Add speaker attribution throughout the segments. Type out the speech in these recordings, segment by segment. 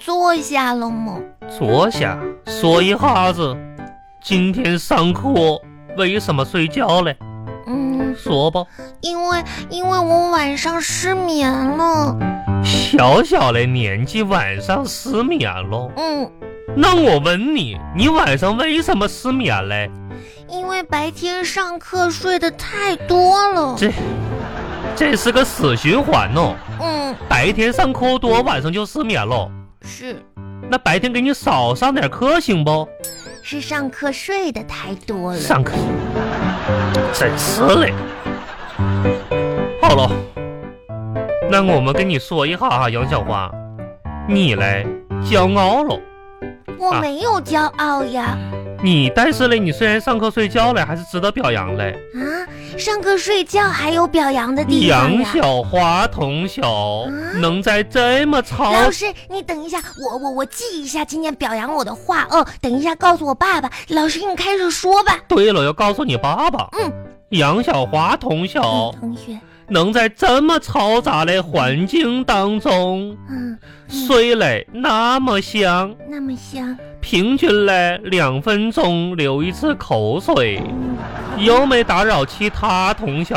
Speaker 1: 坐下了吗？
Speaker 2: 坐下，说一下子，今天上课为什么睡觉嘞？
Speaker 1: 嗯，
Speaker 2: 说吧。
Speaker 1: 因为因为我晚上失眠了。
Speaker 2: 小小的年纪，晚上失眠了。
Speaker 1: 嗯，
Speaker 2: 那我问你，你晚上为什么失眠嘞？
Speaker 1: 因为白天上课睡得太多了。
Speaker 2: 这，这是个死循环哦。
Speaker 1: 嗯，
Speaker 2: 白天上课多，晚上就失眠了。
Speaker 1: 是
Speaker 2: 那白天给你少上点课行不？
Speaker 1: 是上课睡得太多了。
Speaker 2: 上课，真是嘞。好了，那我们跟你说一下哈，杨小花，你嘞骄傲了。
Speaker 1: 我
Speaker 2: 啊
Speaker 1: 没有骄傲呀。
Speaker 2: 你但是嘞，你虽然上课睡觉嘞，还是值得表扬嘞。
Speaker 1: 啊，上课睡觉还有表扬的地方
Speaker 2: 杨
Speaker 1: 呀。
Speaker 2: 小花同学
Speaker 1: 啊
Speaker 2: 能在这么超
Speaker 1: 老师，你等一下，我我我记一下今天表扬我的话哦。等一下告诉我爸爸。老师，你开始说吧。
Speaker 2: 对了，要告诉你爸爸，
Speaker 1: 嗯，
Speaker 2: 杨小花同学
Speaker 1: 嗯，同学，
Speaker 2: 能在这么嘈杂的环境当中
Speaker 1: 嗯，
Speaker 2: 睡嘞那么香，
Speaker 1: 那么香，
Speaker 2: 平均嘞两分钟流一次口水，
Speaker 1: 嗯
Speaker 2: 又没打扰其他同学，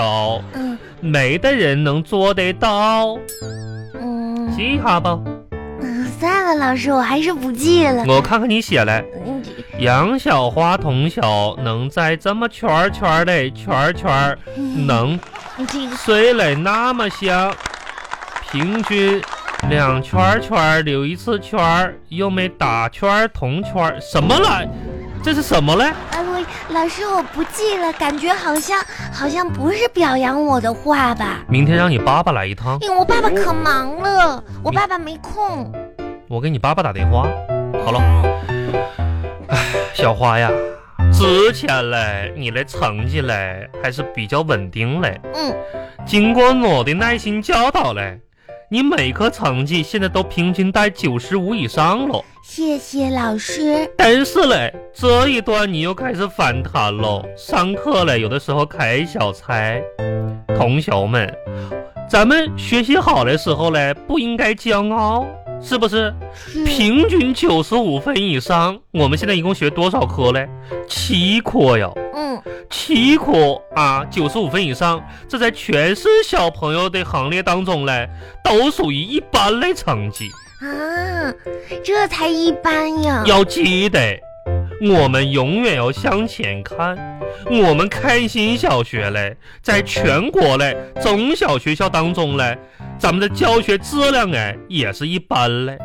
Speaker 1: 嗯
Speaker 2: 没的人能做得到，
Speaker 1: 嗯
Speaker 2: 记下吧。
Speaker 1: 嗯，算了，老师，我还是不记了。
Speaker 2: 我看看你写嘞。
Speaker 1: 嗯，这
Speaker 2: 杨小花同学能在这么圈儿圈儿的圈儿圈儿能
Speaker 1: 嗯这个
Speaker 2: 睡嘞那么香，平均两圈儿圈儿留一次圈儿，又没打圈儿同圈儿，什么来？这是什么嘞？
Speaker 1: 哎我老师我不记了，感觉好像好像不是表扬我的话吧？
Speaker 2: 明天让你爸爸来一趟，
Speaker 1: 因为我爸爸可忙了，我爸爸没空。
Speaker 2: 我给你爸爸打电话。好了，哎，小花呀，之前嘞你的成绩嘞还是比较稳定嘞，
Speaker 1: 嗯，
Speaker 2: 经过我的耐心教导嘞，你每科成绩现在都平均在九十五以上了。
Speaker 1: 谢谢老师。
Speaker 2: 但是嘞，这一段你又开始反弹喽。上课嘞，有的时候开小差，同学们，咱们学习好的时候嘞，不应该骄傲，是不是？
Speaker 1: 是
Speaker 2: 平均九十五分以上，我们现在一共学多少科嘞？七科呀，
Speaker 1: 嗯
Speaker 2: 七科啊，九十五分以上，这在全市小朋友的行列当中嘞，都属于一般类成绩。
Speaker 1: 啊，这才一般呀。
Speaker 2: 要记得，我们永远要向前看。我们开心小学嘞，在全国嘞中小学校当中嘞，咱们的教学质量哎也是一般嘞。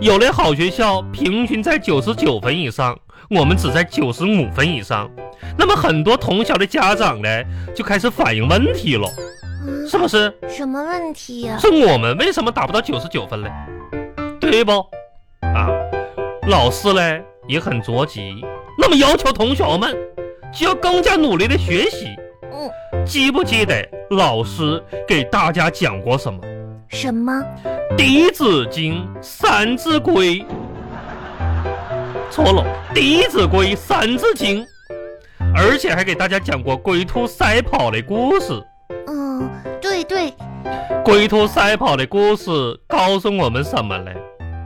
Speaker 2: 有的好学校平均在九十九分以上，我们只在九十五分以上。那么很多同校的家长嘞就开始反映问题了，
Speaker 1: 嗯
Speaker 2: 是不是？
Speaker 1: 什么问题呀、
Speaker 2: 是我们为什么达不到九十九分嘞？对不？啊，老师嘞也很着急，那么要求同学们就要更加努力的学习。
Speaker 1: 嗯，
Speaker 2: 记不记得老师给大家讲过什么《
Speaker 1: 什么？
Speaker 2: 弟子经》《三字规》？错了，《弟子规》《三字经》，而且还给大家讲过龟兔赛跑的故事。
Speaker 1: 嗯，对对，
Speaker 2: 龟兔赛跑的故事告诉我们什么嘞？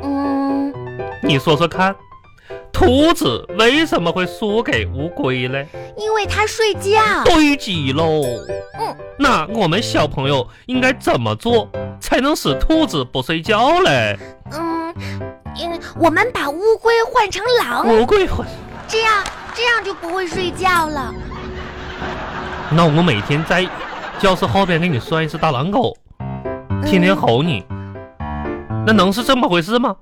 Speaker 1: 嗯，
Speaker 2: 你说说看，兔子为什么会输给乌龟嘞？
Speaker 1: 因为他睡觉。
Speaker 2: 对极喽。
Speaker 1: 嗯，
Speaker 2: 那我们小朋友应该怎么做才能使兔子不睡觉嘞？
Speaker 1: 嗯，嗯，我们把乌龟换成狼，
Speaker 2: 乌龟会。
Speaker 1: 这样这样就不会睡觉了。
Speaker 2: 那我每天在教室后边给你拴一只大狼狗，
Speaker 1: 嗯
Speaker 2: 天天吼你，那能是这么回事吗？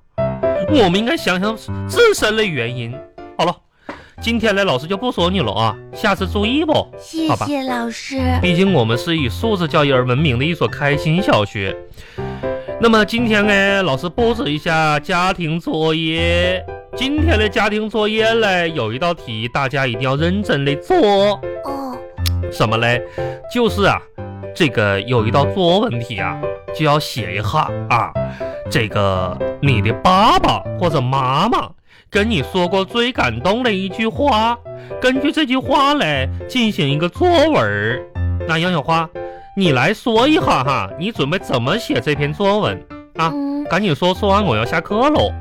Speaker 2: 我们应该想想自身的原因。好了，今天嘞老师就不说你了啊，下次注意不？
Speaker 1: 嗯谢
Speaker 2: 好吧
Speaker 1: 谢老师。
Speaker 2: 毕竟我们是以素质教育而闻名的一所开心小学。那么今天呢，老师布置一下家庭作业。今天的家庭作业嘞，有一道题大家一定要认真的做，
Speaker 1: 哦，
Speaker 2: 什么嘞？就是啊，这个有一道作文题啊，就要写一下啊，这个你的爸爸或者妈妈跟你说过最感动的一句话，根据这句话来进行一个作文儿。那杨小花，你来说一下哈，你准备怎么写这篇作文啊？
Speaker 1: 嗯
Speaker 2: 赶紧说，说完我要下课喽。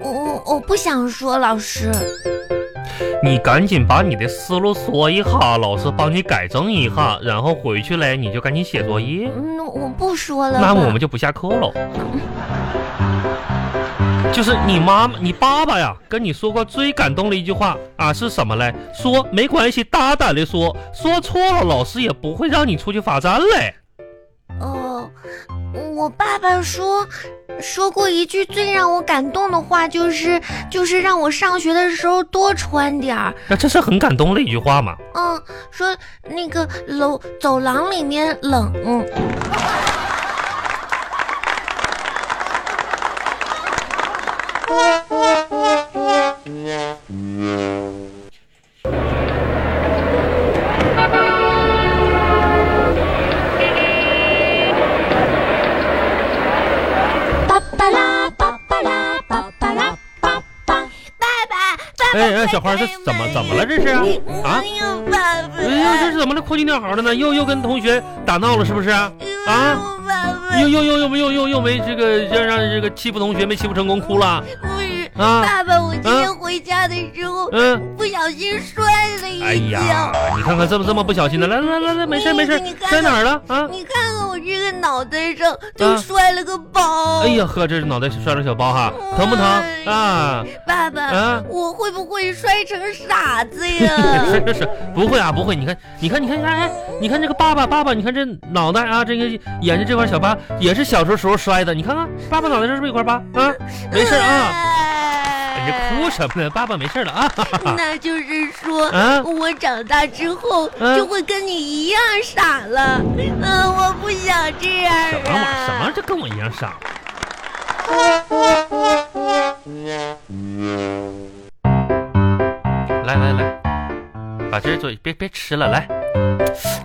Speaker 1: 我我不想说，老师。
Speaker 2: 你赶紧把你的思路说一下，老师帮你改正一下，然后回去嘞你就赶紧写作业。
Speaker 1: 嗯，我不说了吧。
Speaker 2: 那我们就不下课喽。就是你妈妈、你爸爸呀，跟你说过最感动的一句话啊，是什么嘞？说没关系，大胆的说，说错了老师也不会让你出去罚站嘞。
Speaker 1: 哦，我爸爸说说过一句最让我感动的话，就是就是让我上学的时候多穿点儿。
Speaker 2: 那这是很感动的一句话嘛？
Speaker 1: 嗯，说那个楼走廊里面冷。
Speaker 3: 巴巴拉巴巴拉巴巴拉巴巴。
Speaker 1: 爸爸，爸
Speaker 2: 哎哎，小花这怎么怎么了？这是啊？啊
Speaker 1: 哎呀，爸爸，
Speaker 2: 哎呀，这是怎么了？哭唧尿嚎的呢？又又跟同学打闹了是不是？啊？
Speaker 1: 爸爸，
Speaker 2: 又又又又没又又又没这个让让这个欺负同学没欺负成功哭了？
Speaker 1: 不是，
Speaker 2: 啊
Speaker 1: 爸爸，我今天回家的时候
Speaker 2: 嗯，
Speaker 1: 不小心摔了
Speaker 2: 哎
Speaker 1: 一
Speaker 2: 呀
Speaker 1: 跤。，
Speaker 2: 你看看这么这么不小心的，来来来来，没事没事
Speaker 1: 你你，看
Speaker 2: 在哪儿了啊？
Speaker 1: 你看看我这个脑袋上就
Speaker 2: 啊
Speaker 1: 摔了个包。
Speaker 2: 哎，呀呵，这是脑袋摔了小包哈，疼不疼
Speaker 1: 哎
Speaker 2: 啊？
Speaker 1: 爸爸，
Speaker 2: 啊
Speaker 1: 我会不会摔成傻子
Speaker 2: 是
Speaker 1: 哎呀？
Speaker 2: 是是，不会啊，不会。你看，你看，你看，哎，哎你看这个爸爸，爸爸，你看这脑袋啊，这个眼睛这块小疤也是小时候时候摔的。你看看，爸爸脑袋上是不是有块疤啊？没事啊，
Speaker 1: 哎
Speaker 2: 你这哭什么呢？爸爸没事了啊。哈哈哈
Speaker 1: 那就是说，
Speaker 2: 啊
Speaker 1: 我长大之后
Speaker 2: 嗯
Speaker 1: 就会跟你一样傻了。嗯、我不想这样
Speaker 2: 什么玩意儿？
Speaker 1: 啊。
Speaker 2: 什么？这跟我一样傻？来来来，把这嘴别别吃了，来，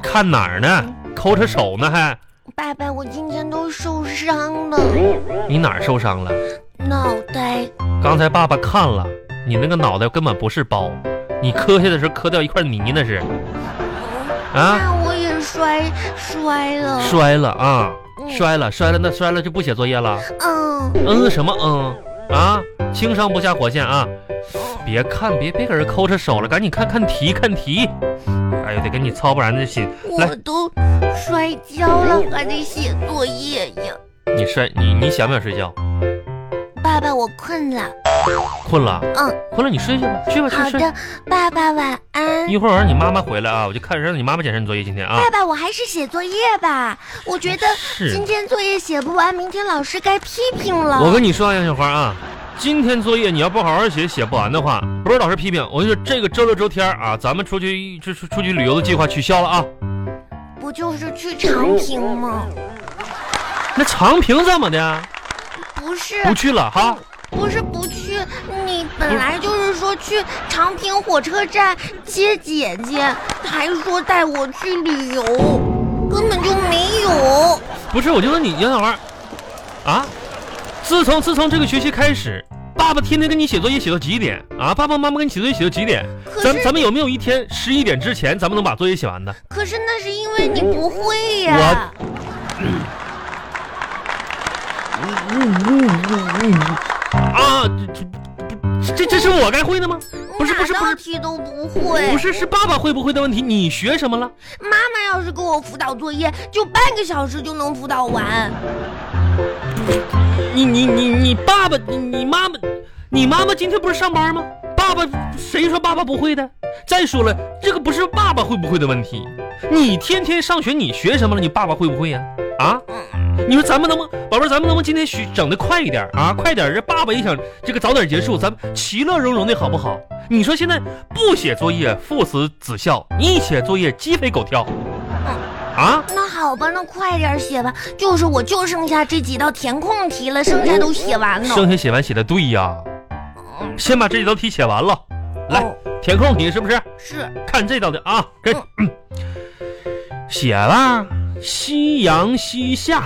Speaker 2: 看哪儿呢？抠着手呢还？
Speaker 1: 爸爸，我今天都受伤了，
Speaker 2: 你哪儿受伤了？
Speaker 1: 脑袋。
Speaker 2: 刚才爸爸看了，你那个脑袋根本不是包，你磕下的时候磕掉一块泥那是，啊，
Speaker 1: 那我也摔摔了。
Speaker 2: 摔了啊，
Speaker 1: 嗯
Speaker 2: 摔了摔了，那摔了就不写作业了？
Speaker 1: 嗯，
Speaker 2: 嗯什么嗯啊？轻伤不下火线啊！别看别别给人抠着手了，赶紧看看题看题。哎呦，得给你操不然的心。来
Speaker 1: 我，都摔跤了，还得写作业呀。
Speaker 2: 你摔你你想不想睡觉？
Speaker 1: 爸爸，我困了。
Speaker 2: 困了，
Speaker 1: 嗯，
Speaker 2: 困了你睡去吧，去吧
Speaker 1: 好
Speaker 2: 去睡。
Speaker 1: 的，爸爸晚安。
Speaker 2: 一会儿让你妈妈回来啊，我就看让你妈妈检查你作业今天啊。
Speaker 1: 爸爸，我还是写作业吧。我觉得
Speaker 2: 是
Speaker 1: 今天作业写不完，明天老师该批评了。
Speaker 2: 我跟你说啊，杨小花啊，今天作业你要不好好写，写不完的话，不是老师批评，我跟你说，这个周六周天啊，咱们出去出出出去旅游的计划取消了啊。
Speaker 1: 不就是去长平吗？
Speaker 2: 那长平怎么的？
Speaker 1: 不是，
Speaker 2: 不去了哈？
Speaker 1: 不是不去。你本来就是说去长平火车站接姐姐，还说带我去旅游，根本就没有。
Speaker 2: 不是，我就问你，杨小花，啊，自从自从这个学期开始，爸爸天天给你写作业写到几点啊？爸爸妈妈给你写作业写到几点？
Speaker 1: 可
Speaker 2: 咱
Speaker 1: 是
Speaker 2: 咱们有没有一天十一点之前咱们能把作业写完的？
Speaker 1: 可是那是因为你不会呀、
Speaker 2: 啊，这这这这是我该会的吗？不是不是
Speaker 1: 哪
Speaker 2: 不
Speaker 1: 道
Speaker 2: 是
Speaker 1: 题都不会。
Speaker 2: 不是，是爸爸会不会的问题。你学什么了？
Speaker 1: 妈妈要是给我辅导作业，就半个小时就能辅导完。
Speaker 2: 你你你你爸爸，你你妈妈，你妈妈今天不是上班吗？爸爸，谁说爸爸不会的？再说了，这个不是爸爸会不会的问题，你天天上学，你学什么了？你爸爸会不会呀、啊？你说咱们能不能，宝贝儿，咱们能不能今天学整的快一点啊？快点儿，这爸爸也想这个早点结束，咱们其乐融融的好不好？你说现在不写作业父慈子孝，一写作业鸡飞狗跳，啊？
Speaker 1: 那好吧，那快点写吧。就是我就剩下这几道填空题了，剩下都写完了。
Speaker 2: 剩下写完写的对呀、先把这几道题写完了，来、
Speaker 1: 哦
Speaker 2: 填空题是不是？
Speaker 1: 是
Speaker 2: 看这道题啊，跟、 写了夕阳西下，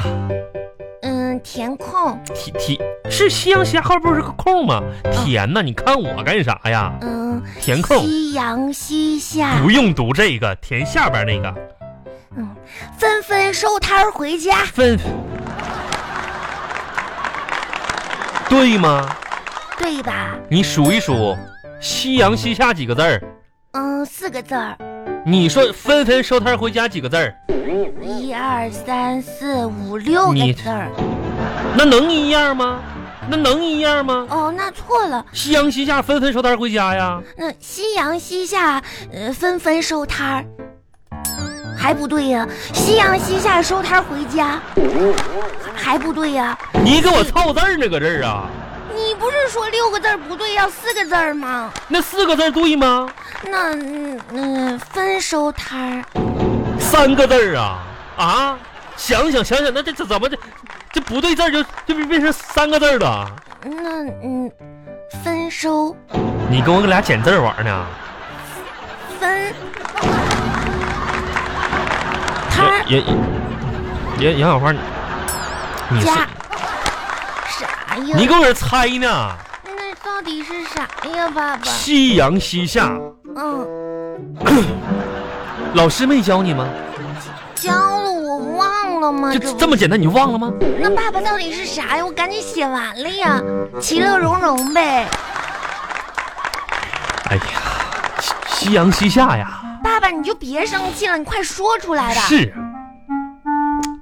Speaker 1: 嗯，填空，
Speaker 2: 题题是夕阳西下后边不是个空吗？填呐、你看我干啥呀？
Speaker 1: 嗯，
Speaker 2: 填空
Speaker 1: 夕阳西下，
Speaker 2: 不用读这个，填下边那个
Speaker 1: 嗯，纷纷收摊儿回家。
Speaker 2: 分，对吗？
Speaker 1: 对吧？
Speaker 2: 你数一数，夕阳西下几个字儿？
Speaker 1: 嗯，四个字儿，
Speaker 2: 你说纷纷收摊儿回家几个字儿？
Speaker 1: 一二三四五六
Speaker 2: 你
Speaker 1: 个字儿。
Speaker 2: 那能一样吗？那能一样吗？
Speaker 1: 哦，那错了。
Speaker 2: 夕阳西下，纷纷收摊儿回家呀。
Speaker 1: 那夕阳西下，呃，纷纷收摊儿，还不对呀、夕阳西下，收摊儿回家，还不对呀、
Speaker 2: 你给我凑字儿呢，搁这儿啊？
Speaker 1: 你不是说六个字儿不对，要四个字儿吗？
Speaker 2: 那四个字儿对吗？
Speaker 1: 那嗯嗯，分收摊儿，
Speaker 2: 三个字儿啊啊！想想想想，那这这怎么这这不对字儿就就变变成三个字儿了？啊
Speaker 1: 那嗯，分收
Speaker 2: 你跟我俩捡字儿玩呢？
Speaker 1: 分摊儿
Speaker 2: 杨杨杨小花，你你是
Speaker 1: 家，啥呀？
Speaker 2: 你给我这猜呢？
Speaker 1: 那到底是啥呀，爸爸？
Speaker 2: 夕阳西下，
Speaker 1: 嗯，
Speaker 2: 老师没教你吗？
Speaker 1: 嗯教了我忘了吗？
Speaker 2: 就
Speaker 1: 这不
Speaker 2: 这么简单，你忘了吗？
Speaker 1: 那爸爸到底是啥呀？我赶紧写完了呀，其乐融融呗。
Speaker 2: 哎呀，夕夕阳西下呀，
Speaker 1: 爸爸你就别生气了，你快说出来吧。
Speaker 2: 是啊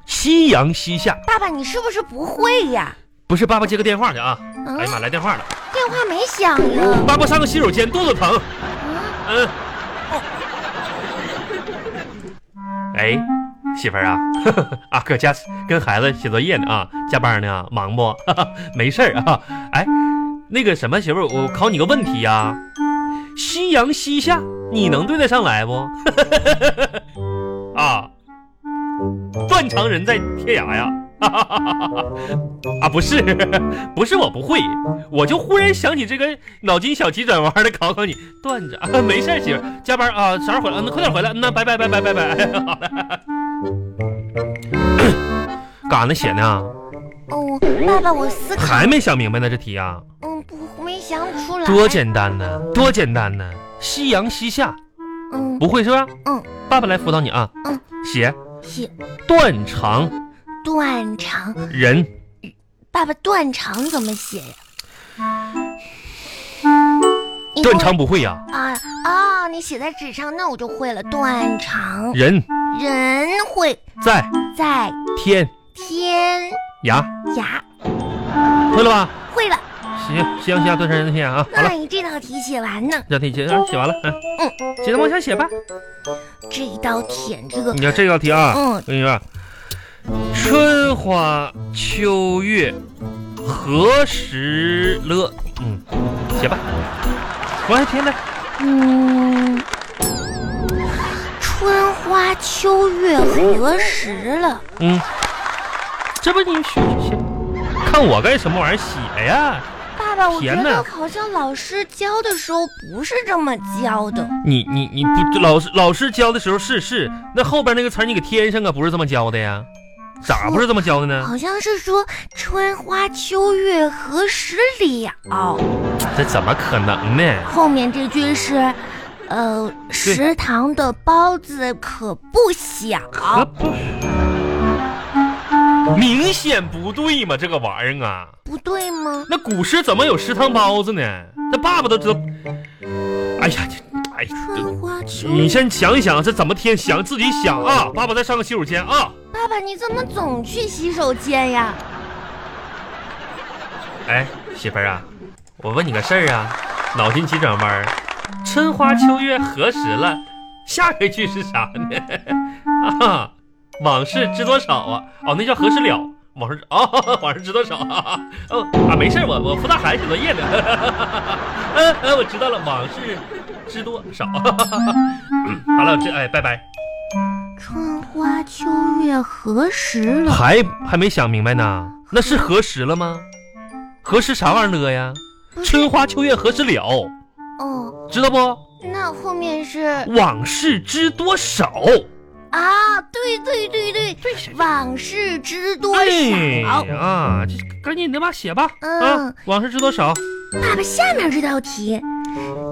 Speaker 2: 夕阳西下。
Speaker 1: 爸爸你是不是不会呀？
Speaker 2: 不是，爸爸接个电话去啊！
Speaker 1: 嗯
Speaker 2: 哎呀，妈，来电话了，
Speaker 1: 电话没响呀。
Speaker 2: 爸爸上个洗手间，肚子疼。
Speaker 1: 啊，
Speaker 2: 嗯。哎，媳妇儿啊， 啊，搁家跟孩子写作业呢啊，加班呢、忙不？ 没事儿啊。哎，那个什么，媳妇儿，我考你个问题呀、夕阳西下，你能对得上来不？ 啊，断肠人在天涯呀。 啊，不是， 不是我不会，我就忽然想起这个脑筋小急转弯的考考你，断着、啊，没事儿媳妇儿，加班啊，啥时候回来？嗯，那快点回来，嗯，那拜拜拜拜拜 拜，好了。干啥呢？写呢？
Speaker 1: 哦，爸爸我思考，
Speaker 2: 啊还没想明白呢？这题啊，
Speaker 1: 嗯，不没想不出来。
Speaker 2: 多简单呢，多简单呢！夕阳西下，
Speaker 1: 嗯，
Speaker 2: 不会是吧？
Speaker 1: 嗯，
Speaker 2: 爸爸来辅导你啊。
Speaker 1: 嗯，
Speaker 2: 写
Speaker 1: 写
Speaker 2: 断肠
Speaker 1: 断肠，
Speaker 2: 人，
Speaker 1: 爸爸断肠怎么写呀？你给我
Speaker 2: 断肠不会呀、
Speaker 1: 啊啊！你写在纸上，那我就会了。断肠，
Speaker 2: 人
Speaker 1: 人会
Speaker 2: 在
Speaker 1: 在
Speaker 2: 天
Speaker 1: 天
Speaker 2: 涯，
Speaker 1: 涯，
Speaker 2: 会了吧？
Speaker 1: 会了。
Speaker 2: 行，夕阳西下，断肠人在天涯啊。好
Speaker 1: 那
Speaker 2: 了，
Speaker 1: 你这道题写完呢？
Speaker 2: 这道题写啊写完了，嗯、接着往下写吧。
Speaker 1: 这道舔这个
Speaker 2: 你，看这道题啊，
Speaker 1: 嗯
Speaker 2: 我跟你说，春花秋月何时乐？嗯，写吧，往下填呗。
Speaker 1: 嗯，春花秋月何时了？
Speaker 2: 嗯，这不你写写，看我干什么玩意儿写呀？
Speaker 1: 爸爸，我觉
Speaker 2: 甜呢
Speaker 1: 得好像老师教的时候不是这么教的。
Speaker 2: 你你你不老师老师教的时候是是，那后边那个词儿你给添上啊，不是这么教的呀？咋不是这么教的呢？
Speaker 1: 好像是说春花秋月何时了，
Speaker 2: 这怎么可能呢？
Speaker 1: 后面这句是，呃，食堂的包子可不小。
Speaker 2: 啊不明显不对嘛，这个玩意儿啊！
Speaker 1: 不对吗？
Speaker 2: 那古诗怎么有食堂包子呢？那爸爸都知道。哎呀，这哎，
Speaker 1: 春花秋
Speaker 2: 你
Speaker 1: 月，
Speaker 2: 先想一想这怎么添，想自己想啊！爸爸再上个洗手间啊！
Speaker 1: 爸爸，你怎么总去洗手间呀？
Speaker 2: 哎，媳妇儿啊，我问你个事儿啊，脑筋急转弯儿，春花秋月何时了？下一句是啥呢？ 啊，往事知多少啊？哦，那叫何时了？往事 哦，往事知多少啊？哦啊，没事儿，我我辅导孩子写作业呢。 嗯、嗯，我知道了，往事知多少？ 嗯好了，这哎，拜拜。
Speaker 1: 春花秋月何时了？
Speaker 2: 还还没想明白呢，那是何时了吗？何时啥玩意儿了呀？
Speaker 1: 不是
Speaker 2: 春花秋月何时了？
Speaker 1: 哦，
Speaker 2: 知道不？
Speaker 1: 那后面是
Speaker 2: 往事知多少？
Speaker 1: 啊，对对对对，往事知多少？
Speaker 2: 啊，这赶紧的吧，写吧。
Speaker 1: 嗯
Speaker 2: 啊，往事知多少？
Speaker 1: 爸爸，下面这道题，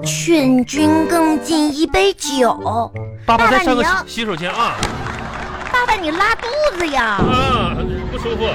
Speaker 1: 劝君更尽一杯酒。
Speaker 2: 爸爸
Speaker 1: 爸爸
Speaker 2: 再上个
Speaker 1: 你要
Speaker 2: 洗洗手间啊！
Speaker 1: 爸爸，你拉肚子呀？
Speaker 2: 嗯啊，不舒服。